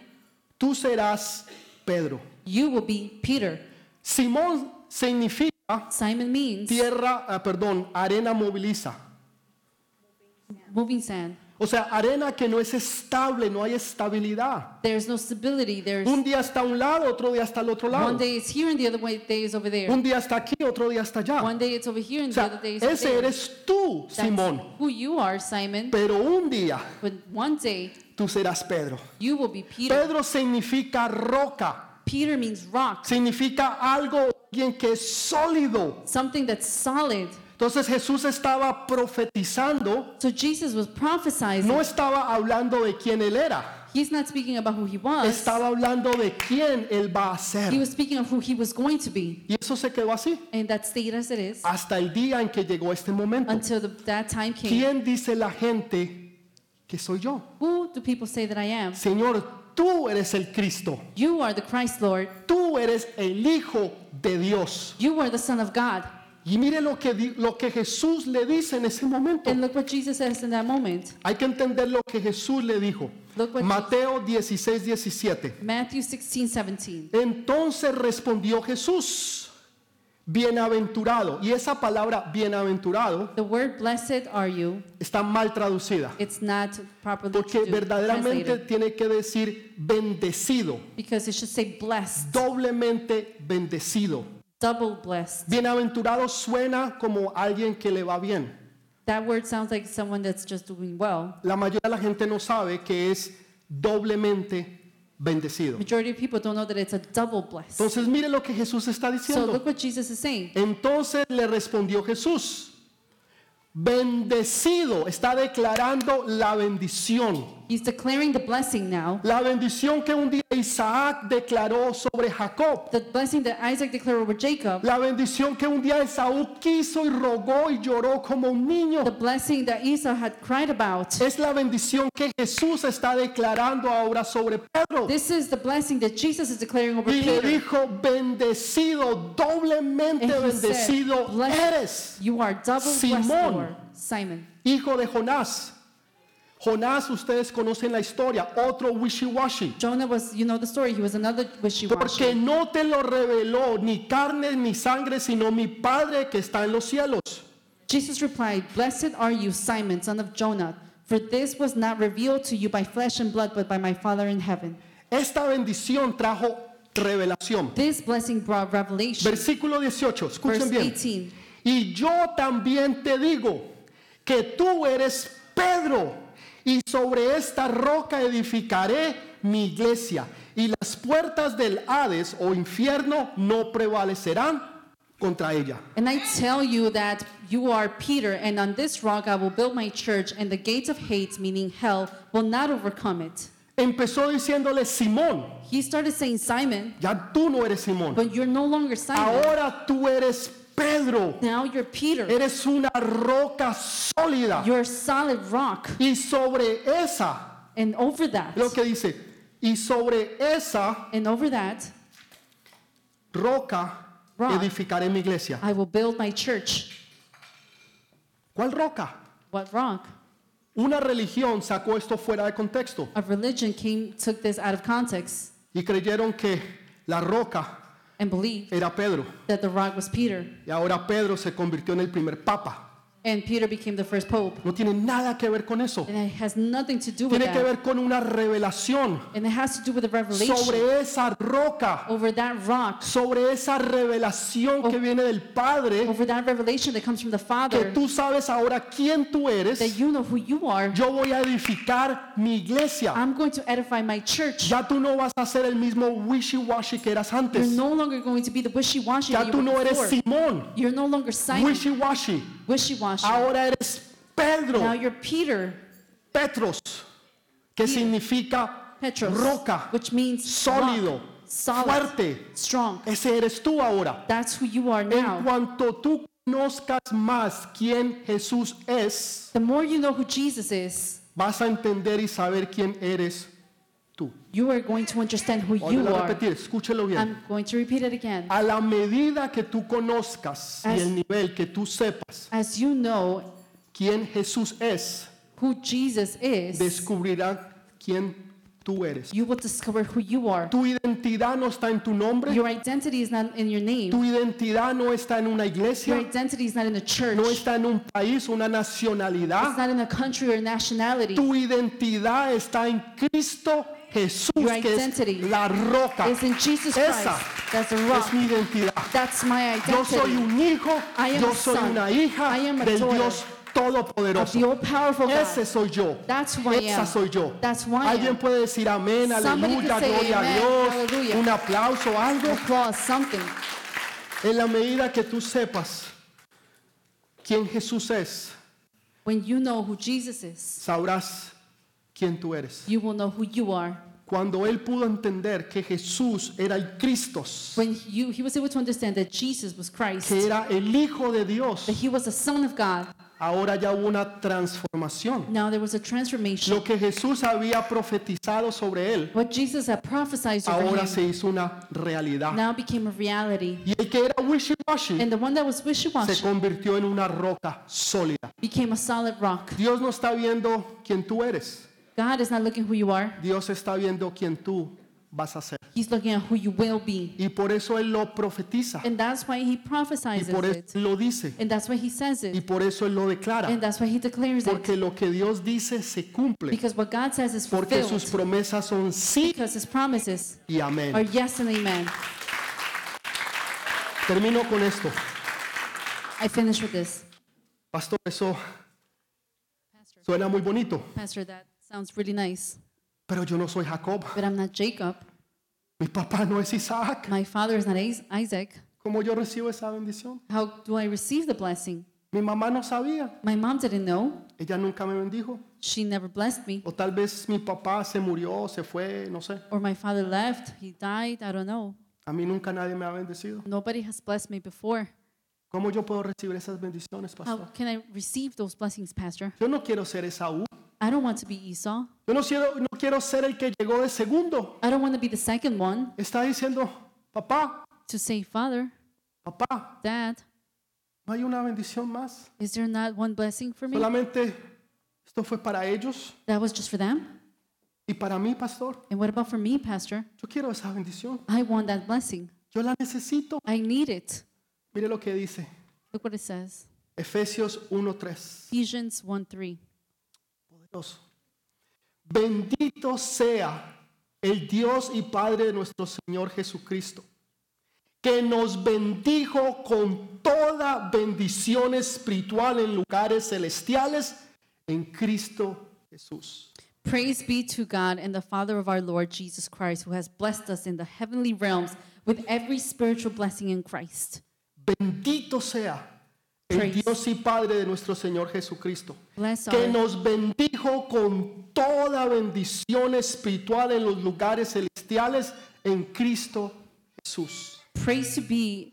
A: tú serás Pedro.
B: you will be Peter.
A: Simón significa
B: Simon means
A: tierra, ah, perdón, arena moviliza.
B: moving sand.
A: O sea, arena que no es estable, no hay estabilidad.
B: There's no stability. There's
A: Un día está a un lado, otro día está al otro lado.
B: one day it's here and the other way- day is over there.
A: Un día está aquí, otro día está allá.
B: One day it's over here
A: O
B: and the
A: sea,
B: other day is over
A: ese
B: there.
A: eres tú,
B: That's
A: Simón.
B: who you are, Simon.
A: Pero un día
B: But one day
A: tú serás Pedro.
B: you will be Peter.
A: Pedro significa roca,
B: Peter means rock,
A: significa algo, alguien que es sólido.
B: something that's solid.
A: Entonces Jesús estaba profetizando,
B: So Jesus was prophesying.
A: no estaba hablando de quién él era,
B: He's not speaking about who he was.
A: estaba hablando de quién él va a
B: He
A: ser.
B: was speaking of who he was going to be.
A: Y eso se quedó así.
B: And that stayed as it is
A: hasta el día en que llegó este momento.
B: until the, that time came.
A: ¿Quién dice la gente que soy yo?
B: Who do people say that I am?
A: Señor, tú eres el Cristo,
B: You are the Christ, Lord.
A: tú eres el Hijo de Dios.
B: You are the Son of God.
A: Y mire lo que, di- lo que Jesús le dice en ese momento.
B: And look what Jesus says in that moment.
A: Hay que entender lo que Jesús le dijo.
B: Look what
A: Mateo 16, 17.
B: Matthew 16, 17.
A: Entonces respondió Jesús, bienaventurado. Y esa palabra bienaventurado
B: The word blessed are you.
A: está mal traducida.
B: It's not properly
A: Porque
B: to do-
A: verdaderamente
B: translated.
A: tiene que decir bendecido.
B: Because it should say blessed,
A: doblemente bendecido.
B: double blessed.
A: Bienaventurado suena como alguien que le va bien.
B: That word sounds like someone that's just doing well.
A: La mayoría de la gente no sabe que es doblemente bendecido.
B: Majority of people don't know that it's a double blessed.
A: Entonces mire lo que Jesús está
B: So
A: diciendo.
B: look what Jesus is saying.
A: Entonces le respondió Jesús, bendecido, está declarando la bendición.
B: He's declaring the blessing now.
A: La bendición que un día Isaac declaró sobre Jacob.
B: The blessing that Isaac declared over Jacob.
A: La bendición que un día Esaú quiso y rogó y lloró como un niño.
B: The blessing that Esau had cried about.
A: Es la bendición que Jesús está declarando ahora sobre Pedro.
B: This is the blessing that Jesus is declaring over
A: Y le
B: Peter.
A: dijo, bendecido, doblemente
B: And he said,
A: bendecido
B: "Blessed
A: eres,
B: You are double blessed,
A: Simón.
B: Lord. Simon.
A: hijo de Jonás. Jonás, ustedes conocen la historia, otro wishy-washy.
B: Jonah was, you know the story, he was another
A: Porque
B: wishy-washy.
A: no te lo reveló ni carne ni sangre, sino mi Padre que está en los cielos.
B: Jesus replied, Blessed are you, Simon, son of Jonah, for this was not revealed to you by flesh and blood, but by my Father in heaven.
A: Esta bendición trajo revelación.
B: This blessing brought revelation.
A: Versículo 18,
B: Verse
A: escuchen bien.
B: 18.
A: Y yo también te digo que tú eres Pedro, y sobre esta roca edificaré mi iglesia, y las puertas del Hades o infierno no prevalecerán contra ella.
B: And I tell you that you are Peter, and on this rock I will build my church, and the gates of hate, meaning hell, will not overcome it.
A: Empezó diciéndole Simón,
B: He started saying, Simon,
A: ya tú no eres Simón,
B: but you're Pues no longer Simon.
A: ahora tú eres Pedro,
B: Now you're Peter.
A: eres una roca sólida,
B: You're a solid rock.
A: y sobre esa,
B: And over that,
A: lo que dice, y sobre esa
B: and over that,
A: roca
B: Rock. Ah.
A: edificaré mi iglesia.
B: I will build my church.
A: ¿Cuál roca?
B: What rock?
A: Una religión sacó esto fuera de contexto
B: A religion came, took this out of context
A: y creyeron que la roca
B: and believed
A: era Pedro
B: that the rock was Peter.
A: y ahora Pedro se convirtió en el primer papa.
B: And Peter became the first pope.
A: No tiene nada que ver con eso.
B: And it has nothing to do with
A: Tiene que ver
B: that.
A: con una revelación
B: And it has to do with the revelation
A: sobre esa roca,
B: over that rock,
A: sobre esa revelación que viene del Padre,
B: over that revelation that comes from the
A: que
B: Father,
A: tú sabes ahora quién tú
B: that
A: eres.
B: you know who you are.
A: Yo voy a edificar mi iglesia.
B: I'm going to edify my church.
A: Ya tú no vas a ser el mismo wishy-washy que eras
B: You're
A: antes.
B: no longer going to be the wishy-washy that
A: Ya tú
B: you
A: no
B: were
A: eres
B: before.
A: Simón,
B: You're no longer Simon,
A: wishy-washy.
B: wishy-washy.
A: Ahora eres
B: Now
A: Pedro,
B: you're Peter,
A: Petros, que significa
B: Petros,
A: roca,
B: which means
A: sólido,
B: rock, solid,
A: fuerte.
B: strong.
A: Ese eres tú ahora.
B: That's who you are
A: En
B: now.
A: cuanto tú conozcas más quién Jesús es,
B: The more you know who Jesus is,
A: vas a entender y saber quién eres tú.
B: you are going to understand who
A: Voy
B: you
A: a
B: are.
A: repetir, escúchelo bien.
B: I'm going to repeat it again.
A: A la medida que tú conozcas y
B: As-
A: el nivel que tú sepas
B: As you know
A: quién Jesús es,
B: who Jesus is,
A: descubrirá quién tú eres.
B: you will discover who you are.
A: Tu identidad no está en tu nombre,
B: Your identity is not in your name.
A: tu identidad no está en una
B: Your
A: iglesia,
B: identity is not in the church.
A: no
B: It's
A: está en un país, una nacionalidad.
B: not in a country or nationality.
A: Tu identidad está en Cristo Jesús,
B: Your
A: que es
B: identity
A: la roca.
B: It's in Jesus Christ.
A: Esa
B: That's a
A: es
B: rock.
A: mi identidad.
B: That's my
A: Yo soy
B: identity.
A: un hijo,
B: I am
A: yo
B: a
A: soy
B: son.
A: una hija
B: I am a
A: del
B: daughter
A: Dios
B: Of
A: Todopoderoso.
B: the all-powerful
A: Ese
B: God.
A: soy yo.
B: That's who I
A: Esa
B: am.
A: soy yo.
B: That's who I
A: Alguien
B: am.
A: puede decir amén,
B: Somebody could
A: aleluya,
B: say
A: gloria a
B: amen,
A: Dios,
B: hallelujah.
A: un aplauso, algo.
B: Applause, something.
A: En la medida que tú sepas quién Jesús es,
B: When you know who Jesus is,
A: sabrás quién tú eres.
B: you will know who you are.
A: Cuando él pudo entender que Jesús era el Cristo,
B: When you, he was able to understand that Jesus was Christ,
A: que
B: that
A: era el Hijo de Dios,
B: he was the Son of God,
A: ahora ya hubo una transformación.
B: now there was a transformation.
A: Lo que Jesús había profetizado sobre él,
B: What Jesus had prophesied over
A: ahora
B: him
A: se hizo una realidad.
B: now became a reality.
A: Y el que era wishy-washy,
B: And the one that was
A: se
B: wishy-washy
A: convirtió en una roca sólida.
B: became a solid rock.
A: Dios no está viendo quién tú eres.
B: God is not looking who you are.
A: Dios está viendo quién tú vas a ser.
B: He's looking at who you will be.
A: Y por eso Él lo profetiza.
B: And that's why he
A: Y
B: prophesies
A: por eso
B: it.
A: Él lo dice.
B: And that's why he says
A: Y
B: it.
A: por eso Él lo declara.
B: And that's why he declares it.
A: Porque lo que Dios dice se cumple.
B: Because what God says is
A: Porque sus
B: fulfilled.
A: promesas son sí
B: Because his promises
A: y
B: are
A: amén.
B: yes and amen.
A: Termino con esto.
B: I finish with this.
A: Pastor, eso suena muy bonito.
B: Pastor, that sounds really nice.
A: Pero yo no soy Jacob.
B: But I'm not Jacob.
A: Mi papá no es Isaac.
B: My father is not Is- Isaac.
A: ¿Cómo yo recibo esa bendición?
B: How do I receive the blessing?
A: Mi mamá no sabía.
B: My mom didn't know.
A: Ella nunca me bendijo.
B: She never blessed me.
A: O tal vez mi papá se murió, se fue, no sé.
B: Or my father left. He died. I don't know.
A: A mí nunca nadie me ha bendecido.
B: Nobody has blessed me before.
A: ¿Cómo yo puedo recibir esas bendiciones,
B: How
A: pastor?
B: can I receive those blessings, Pastor?
A: Yo no quiero ser Esaú.
B: I don't want to be Esau.
A: Yo no quiero, no quiero ser el que llegó de segundo.
B: I don't want to be the second one
A: Está diciendo, papá,
B: to say, Father,
A: papá,
B: Dad,
A: no hay una bendición más.
B: is there not one blessing for me?
A: Solamente esto fue para ellos
B: That was just for them?
A: y para mí, pastor.
B: And what about for me, Pastor?
A: Yo quiero esa bendición.
B: I want that blessing.
A: Yo la necesito.
B: I need it.
A: Mire lo que dice
B: Look what it says
A: Efesios 1:3.
B: Ephesians 1 3.
A: Poderoso. Bendito sea el Dios y Padre de nuestro Señor Jesucristo, que nos bendijo con toda bendición espiritual en lugares celestiales en Cristo Jesús.
B: Praise be to God and the Father of our Lord Jesus Christ, who has blessed us in the heavenly realms with every spiritual blessing in Christ.
A: Bendito sea el
B: Praise.
A: Dios y Padre de nuestro Señor Jesucristo,
B: Bless
A: que
B: our-
A: nos bendijo con toda bendición espiritual en los lugares celestiales en Cristo Jesús.
B: Praise to be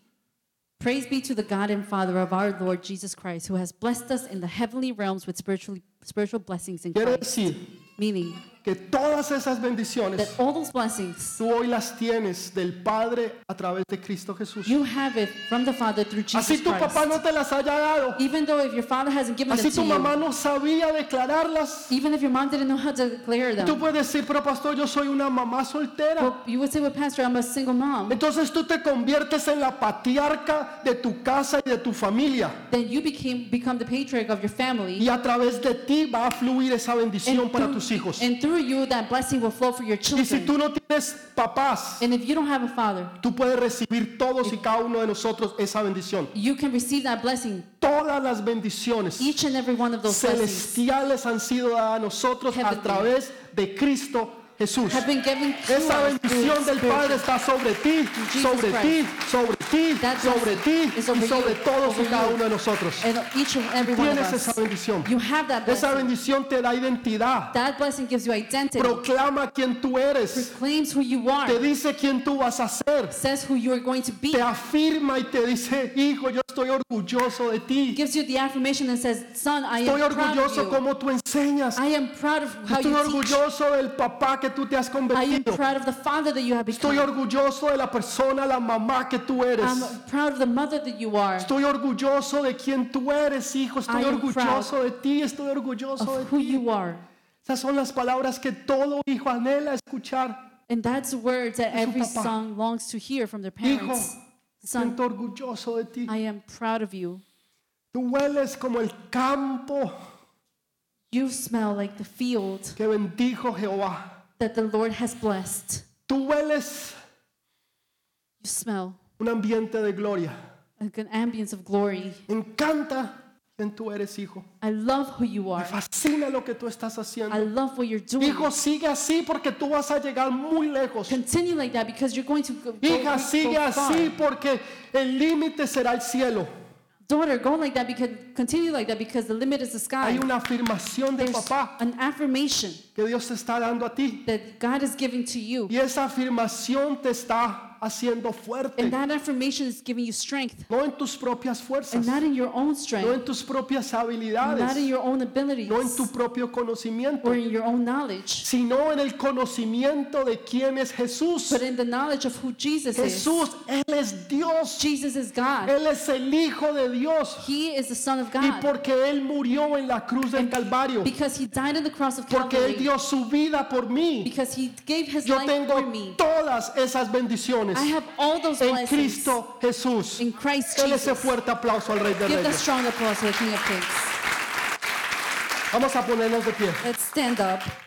B: Praise be to the God and Father of our Lord Jesus Christ, who has blessed us in the heavenly realms with spiritually, spiritual blessings in
A: Quiero
B: Christ.
A: decir
B: Meaning,
A: que todas esas bendiciones
B: that all those blessings
A: tú hoy las tienes del Padre a través de Cristo Jesús.
B: you have it from the Father through Jesus
A: Así tu
B: Christ.
A: papá no te las haya dado,
B: even though if your father hasn't given
A: así
B: it to
A: tu mamá no sabía declararlas,
B: you, even if your mom didn't know how to declare them,
A: tú puedes decir, pero pastor, yo soy una mamá soltera.
B: well, you would say, "Well, Pastor, I'm a single mom."
A: Entonces tú te conviertes en la patriarca de tu casa y de tu familia.
B: Then you became become the patriarch of your family,
A: Y a través de ti va a fluir esa bendición para tus hijos.
B: and through you, that blessing will flow for your
A: Y si
B: children.
A: tú no tienes papás,
B: and if you don't have a father,
A: tú puedes recibir todos y cada uno de nosotros esa bendición.
B: you can receive that blessing.
A: Todas las bendiciones
B: Each and every one of those blessings
A: celestiales han sido dadas a nosotros a
B: Heavenly.
A: través de Cristo Jesús.
B: have been given to
A: Esa
B: us through
A: bendición del
B: Spirit.
A: Padre está sobre ti,
B: Jesus
A: sobre ti, sobre ti,
B: That
A: sobre
B: blessing
A: ti
B: is
A: y
B: over
A: sobre
B: you,
A: todos y
B: over
A: cada
B: you.
A: uno de nosotros.
B: and each and every one of
A: Tienes esa
B: us.
A: bendición.
B: You have that
A: Esa
B: blessing.
A: bendición te da identidad,
B: That blessing gives you identity,
A: proclama quién tú eres,
B: proclaims who you are,
A: te dice quién tú vas a ser,
B: says who you are going to be,
A: te afirma y te dice, hijo, yo estoy orgulloso de ti.
B: gives you the affirmation and says, "Son, I
A: Estoy
B: am proud of
A: orgulloso
B: you.
A: como tú enseñas.
B: I am proud of how
A: Estoy
B: you teach.
A: orgulloso del papá que tú te has
B: I am
A: convertido.
B: proud of the father that you have
A: Estoy
B: become.
A: orgulloso de la persona, la mamá que tú eres.
B: I'm proud of the mother that you are,
A: Estoy orgulloso de quien tú eres, hijo. Estoy
B: I am
A: orgulloso de ti, estoy orgulloso de
B: of who
A: ti.
B: you are.
A: Esas son las palabras que todo hijo anhela escuchar.
B: And that's the words that
A: De su
B: every
A: papá.
B: son longs to hear from their
A: Hijo,
B: parents.
A: me
B: Son,
A: siento orgulloso de ti.
B: I am proud of you.
A: Tú hueles como el campo
B: You smell like the field
A: que bendijo Jehová.
B: that the Lord has blessed.
A: Tú hueles
B: You smell
A: un ambiente de gloria.
B: like an ambience of glory.
A: Me encanta quien tú eres, hijo.
B: I love who you are.
A: Me fascina lo que tú estás
B: I
A: haciendo.
B: love what you're doing.
A: Hijo, sigue así porque tú vas a llegar muy lejos.
B: Continue like that because you're going to go, go-
A: Hija, sigue
B: go far.
A: así porque el límite será el cielo.
B: Daughter, go like that because continue like that because the limit is the
A: Hay
B: sky.
A: una afirmación de
B: There's
A: papá
B: an affirmation
A: que Dios te está dando a ti.
B: that God is giving to you,
A: Y esa afirmación te está haciendo fuerte.
B: and that affirmation is giving you strength,
A: No en tus propias fuerzas,
B: and not in your own
A: no
B: strength,
A: en tus propias
B: not in
A: habilidades,
B: your own abilities,
A: no en tu propio conocimiento,
B: or in your own knowledge,
A: sino en el conocimiento de quién es Jesús.
B: but in the knowledge of who Jesus is.
A: Jesús, Él es Dios.
B: Jesus is God.
A: Él es el Hijo de Dios.
B: He is the Son of
A: Y
B: God
A: porque Él murió en la cruz del Calvario,
B: because He died on the cross of
A: porque Él
B: Calvary,
A: dio su vida por mí,
B: because He gave His
A: yo
B: life
A: tengo
B: for me.
A: todas esas bendiciones
B: I have all those
A: en
B: blessings
A: Cristo Jesús.
B: in Christ
A: Dale ese
B: Jesus.
A: fuerte aplauso al Rey de
B: Give that
A: Reyes.
B: strong applause to the King of Kings.
A: Vamos a ponernos de pie.
B: Let's stand up.